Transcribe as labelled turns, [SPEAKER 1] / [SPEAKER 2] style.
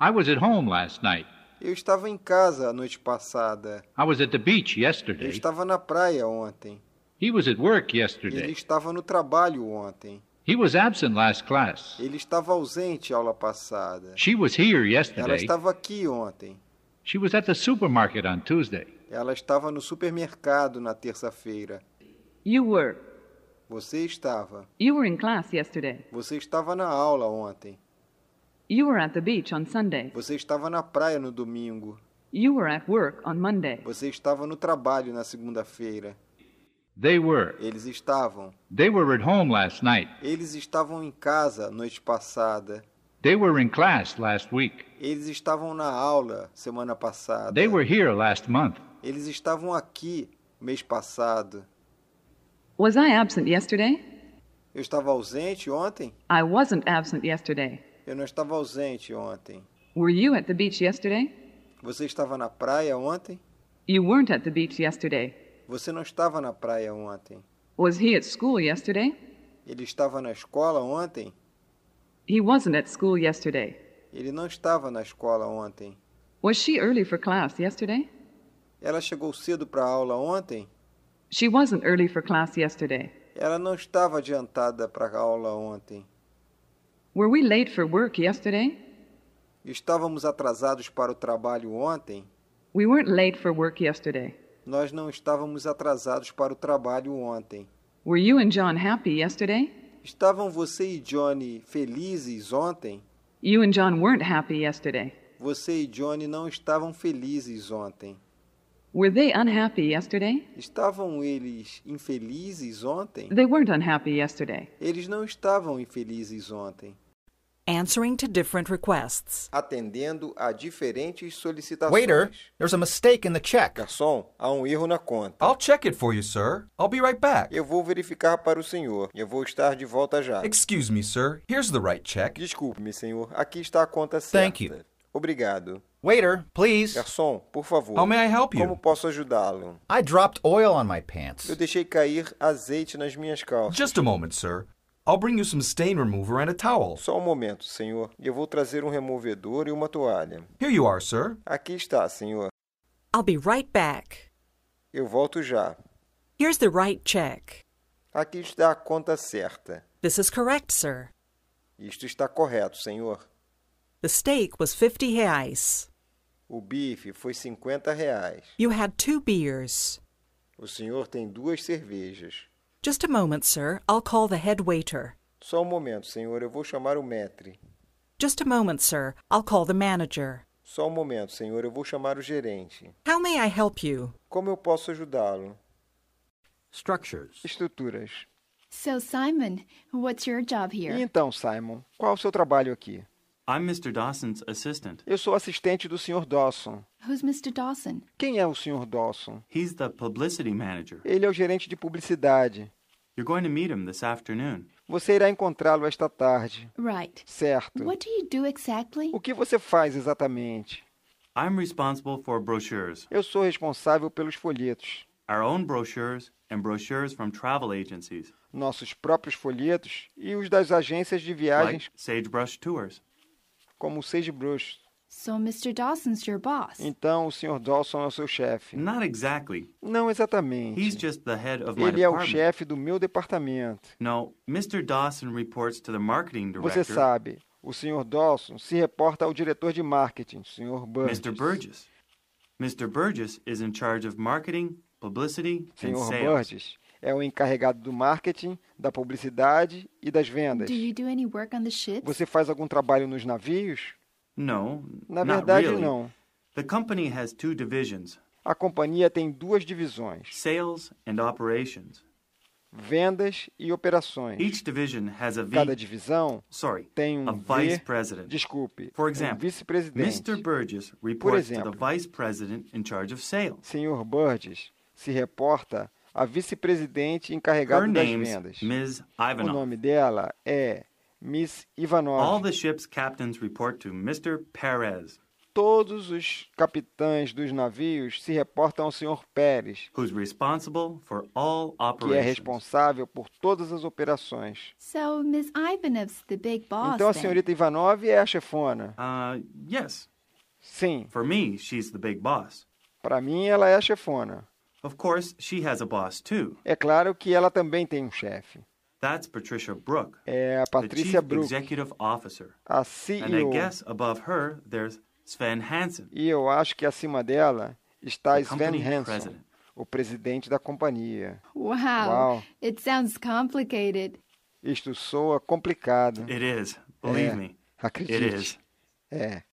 [SPEAKER 1] I was at home last night.
[SPEAKER 2] Eu estava em casa a noite passada.
[SPEAKER 1] I was at the beach
[SPEAKER 2] Eu
[SPEAKER 1] yesterday.
[SPEAKER 2] estava na praia ontem.
[SPEAKER 1] He was at work
[SPEAKER 2] Ele
[SPEAKER 1] yesterday.
[SPEAKER 2] estava no trabalho ontem.
[SPEAKER 1] He was absent last class.
[SPEAKER 2] Ele estava ausente aula passada.
[SPEAKER 1] She was here
[SPEAKER 2] Ela
[SPEAKER 1] yesterday.
[SPEAKER 2] estava aqui ontem.
[SPEAKER 1] She was at the supermarket on Tuesday.
[SPEAKER 2] Ela estava no supermercado na terça-feira.
[SPEAKER 3] You were.
[SPEAKER 2] Você estava.
[SPEAKER 3] You were in class yesterday.
[SPEAKER 2] Você estava na aula ontem.
[SPEAKER 3] You were at the beach on Sunday.
[SPEAKER 2] Você estava na praia no domingo.
[SPEAKER 3] You were at work on Monday.
[SPEAKER 2] Você estava no trabalho na segunda-feira.
[SPEAKER 1] They were.
[SPEAKER 2] Eles estavam.
[SPEAKER 1] They were at home last night.
[SPEAKER 2] Eles estavam em casa noite passada.
[SPEAKER 1] They were in class last week.
[SPEAKER 2] Eles estavam na aula semana passada.
[SPEAKER 1] They were here last month.
[SPEAKER 2] Eles estavam aqui mês passado.
[SPEAKER 3] Was I absent yesterday?
[SPEAKER 2] Eu estava ausente ontem?
[SPEAKER 3] I wasn't absent yesterday.
[SPEAKER 2] Eu não estava ausente ontem.
[SPEAKER 3] Were you at the beach yesterday?
[SPEAKER 2] Você estava na praia ontem?
[SPEAKER 3] You weren't at the beach yesterday.
[SPEAKER 2] Você não estava na praia ontem.
[SPEAKER 3] Was he at school yesterday?
[SPEAKER 2] Ele estava na escola ontem?
[SPEAKER 3] He wasn't at school yesterday.
[SPEAKER 2] Ele não estava na escola ontem.
[SPEAKER 3] Was she early for class yesterday?
[SPEAKER 2] Ela chegou cedo para a aula ontem?
[SPEAKER 3] She wasn't early for class yesterday.
[SPEAKER 2] Ela não estava adiantada para a aula ontem.
[SPEAKER 3] Were we late for work yesterday?
[SPEAKER 2] Estávamos atrasados para o trabalho ontem?
[SPEAKER 3] We weren't late for work yesterday.
[SPEAKER 2] Nós não estávamos atrasados para o trabalho ontem.
[SPEAKER 3] Were you and John happy yesterday?
[SPEAKER 2] Estavam você e Johnny felizes ontem?
[SPEAKER 3] You and John weren't happy yesterday.
[SPEAKER 2] Você e Johnny não estavam felizes ontem.
[SPEAKER 3] Were they unhappy yesterday?
[SPEAKER 2] Estavam eles infelizes ontem?
[SPEAKER 3] They weren't unhappy yesterday.
[SPEAKER 2] Eles não estavam infelizes ontem.
[SPEAKER 4] Answering to different requests.
[SPEAKER 2] Atendendo a diferentes solicitações.
[SPEAKER 5] Waiter, there's a mistake in the check.
[SPEAKER 2] Garçom, há um erro na conta.
[SPEAKER 6] I'll check it for you, sir. I'll be right back.
[SPEAKER 2] Eu vou verificar para o senhor. Eu vou estar de volta já.
[SPEAKER 6] Excuse me, sir. Here's the right check.
[SPEAKER 2] Desculpe-me, senhor. Aqui está a conta certa.
[SPEAKER 5] Thank you.
[SPEAKER 2] Obrigado.
[SPEAKER 5] Waiter, please.
[SPEAKER 2] Garçom, por favor.
[SPEAKER 6] How may I help you?
[SPEAKER 2] Como posso ajudá-lo?
[SPEAKER 5] I dropped oil on my pants.
[SPEAKER 2] Eu deixei cair azeite nas minhas calças.
[SPEAKER 6] Just a moment, sir. I'll bring you some stain remover and a towel.
[SPEAKER 2] Só um momento, senhor. Eu vou trazer um removedor e uma toalha.
[SPEAKER 6] Here you are, sir.
[SPEAKER 2] Aqui está, senhor.
[SPEAKER 4] I'll be right back.
[SPEAKER 2] Eu volto já.
[SPEAKER 4] Here's the right check.
[SPEAKER 2] Aqui está a conta certa.
[SPEAKER 4] This is correct, sir.
[SPEAKER 2] Isto está correto, senhor.
[SPEAKER 4] The steak was 50 reais.
[SPEAKER 2] O bife foi 50 reais.
[SPEAKER 4] You had two beers.
[SPEAKER 2] O senhor tem duas cervejas.
[SPEAKER 4] Just a moment, sir. I'll call the head waiter.
[SPEAKER 2] Só um momento, senhor. Eu vou chamar o maître.
[SPEAKER 4] Just a moment, sir. I'll call the manager.
[SPEAKER 2] Só um momento, senhor. Eu vou chamar o gerente.
[SPEAKER 4] How may I help you?
[SPEAKER 2] Como eu posso ajudá-lo?
[SPEAKER 5] Structures.
[SPEAKER 2] Estruturas.
[SPEAKER 7] So, Simon, what's your job here?
[SPEAKER 2] então, Simon, qual o seu trabalho aqui?
[SPEAKER 8] I'm Mr. Dawson's assistant.
[SPEAKER 2] Eu sou assistente do senhor Dawson.
[SPEAKER 7] Who's Mr. Dawson?
[SPEAKER 2] Quem é o senhor Dawson?
[SPEAKER 8] He's the publicity manager.
[SPEAKER 2] Ele é o gerente de publicidade.
[SPEAKER 8] You're going to meet him this afternoon.
[SPEAKER 2] Você irá encontrá-lo esta tarde.
[SPEAKER 7] Right.
[SPEAKER 2] Certo.
[SPEAKER 7] What do you do exactly?
[SPEAKER 2] O que você faz exatamente?
[SPEAKER 8] I'm responsible for brochures,
[SPEAKER 2] Eu sou responsável pelos folhetos.
[SPEAKER 8] our own brochures, and brochures from travel agencies,
[SPEAKER 2] Nossos próprios folhetos e os das agências de viagens,
[SPEAKER 8] like Sagebrush Tours.
[SPEAKER 2] como o Sage Brush.
[SPEAKER 7] So, Mr. Dawson's your boss.
[SPEAKER 2] Então, o Sr. Dawson é o seu chefe.
[SPEAKER 8] Not exactly.
[SPEAKER 2] Não exatamente.
[SPEAKER 8] He's just the head of my
[SPEAKER 2] Ele é o
[SPEAKER 8] department.
[SPEAKER 2] chefe do meu departamento.
[SPEAKER 8] No, Mr. Dawson reports to the marketing
[SPEAKER 2] Você
[SPEAKER 8] director,
[SPEAKER 2] sabe, o Sr. Dawson se reporta ao diretor de marketing, Sr. Burgess.
[SPEAKER 8] Mr. Burgess. Mr. Burgess is in charge of marketing, publicity, and
[SPEAKER 2] Sr.
[SPEAKER 8] sales.
[SPEAKER 2] Burgess é o encarregado do marketing, da publicidade e das vendas.
[SPEAKER 7] Do you do any work on the ships?
[SPEAKER 2] Você faz algum trabalho nos navios?
[SPEAKER 8] No,
[SPEAKER 2] Na
[SPEAKER 8] not
[SPEAKER 2] verdade,
[SPEAKER 8] really.
[SPEAKER 2] não.
[SPEAKER 8] The company has two divisions,
[SPEAKER 2] A companhia tem duas divisões:
[SPEAKER 8] sales and operations.
[SPEAKER 2] vendas e operações.
[SPEAKER 8] Each division has a
[SPEAKER 2] Cada
[SPEAKER 8] v-
[SPEAKER 2] divisão
[SPEAKER 8] sorry,
[SPEAKER 2] tem um
[SPEAKER 8] a vice
[SPEAKER 2] V-
[SPEAKER 8] president.
[SPEAKER 2] Desculpe,
[SPEAKER 8] For
[SPEAKER 2] um
[SPEAKER 8] example,
[SPEAKER 2] vice-presidente.
[SPEAKER 8] Mr. Burgess reports to the
[SPEAKER 2] exemplo.
[SPEAKER 8] vice president in charge of sales.
[SPEAKER 2] Sr. Burgess se reporta a vice-presidente encarregada
[SPEAKER 8] Her
[SPEAKER 2] das
[SPEAKER 8] name's
[SPEAKER 2] vendas.
[SPEAKER 8] Ms.
[SPEAKER 2] O
[SPEAKER 8] Ivanov.
[SPEAKER 2] nome dela é Miss
[SPEAKER 8] All
[SPEAKER 2] Ivanova.
[SPEAKER 8] the ship's captains report to Mr. Perez.
[SPEAKER 2] todos os capitães dos navios se reportam ao Sr. Pérez,
[SPEAKER 8] who's responsible for all
[SPEAKER 2] que é
[SPEAKER 8] operations.
[SPEAKER 2] responsável por todas as operações.
[SPEAKER 7] So Miss Ivanov's the big boss.
[SPEAKER 2] Então a
[SPEAKER 7] then.
[SPEAKER 2] senhorita Ivanov é a chefona.
[SPEAKER 8] Uh, yes.
[SPEAKER 2] Sim,
[SPEAKER 8] For me, she's the big boss.
[SPEAKER 2] para mim ela é a chefona.
[SPEAKER 8] Of course, she has a boss too.
[SPEAKER 2] É claro que ela também tem um chefe.
[SPEAKER 8] That's Patricia Brook,
[SPEAKER 2] É a
[SPEAKER 8] the
[SPEAKER 2] Patrícia
[SPEAKER 8] chief
[SPEAKER 2] Brook,
[SPEAKER 8] executive officer.
[SPEAKER 2] a
[SPEAKER 8] And I
[SPEAKER 2] CEO.
[SPEAKER 8] guess above her, there's Sven Hansen,
[SPEAKER 2] E eu acho que acima dela está
[SPEAKER 8] the
[SPEAKER 2] Sven
[SPEAKER 8] company
[SPEAKER 2] Hansen,
[SPEAKER 8] president.
[SPEAKER 2] o presidente da companhia.
[SPEAKER 7] Wow.
[SPEAKER 2] Wow.
[SPEAKER 7] It sounds complicated.
[SPEAKER 2] Isto soa complicado.
[SPEAKER 8] It is, believe
[SPEAKER 2] É,
[SPEAKER 8] me. It
[SPEAKER 2] Acredite.
[SPEAKER 8] is.
[SPEAKER 2] É.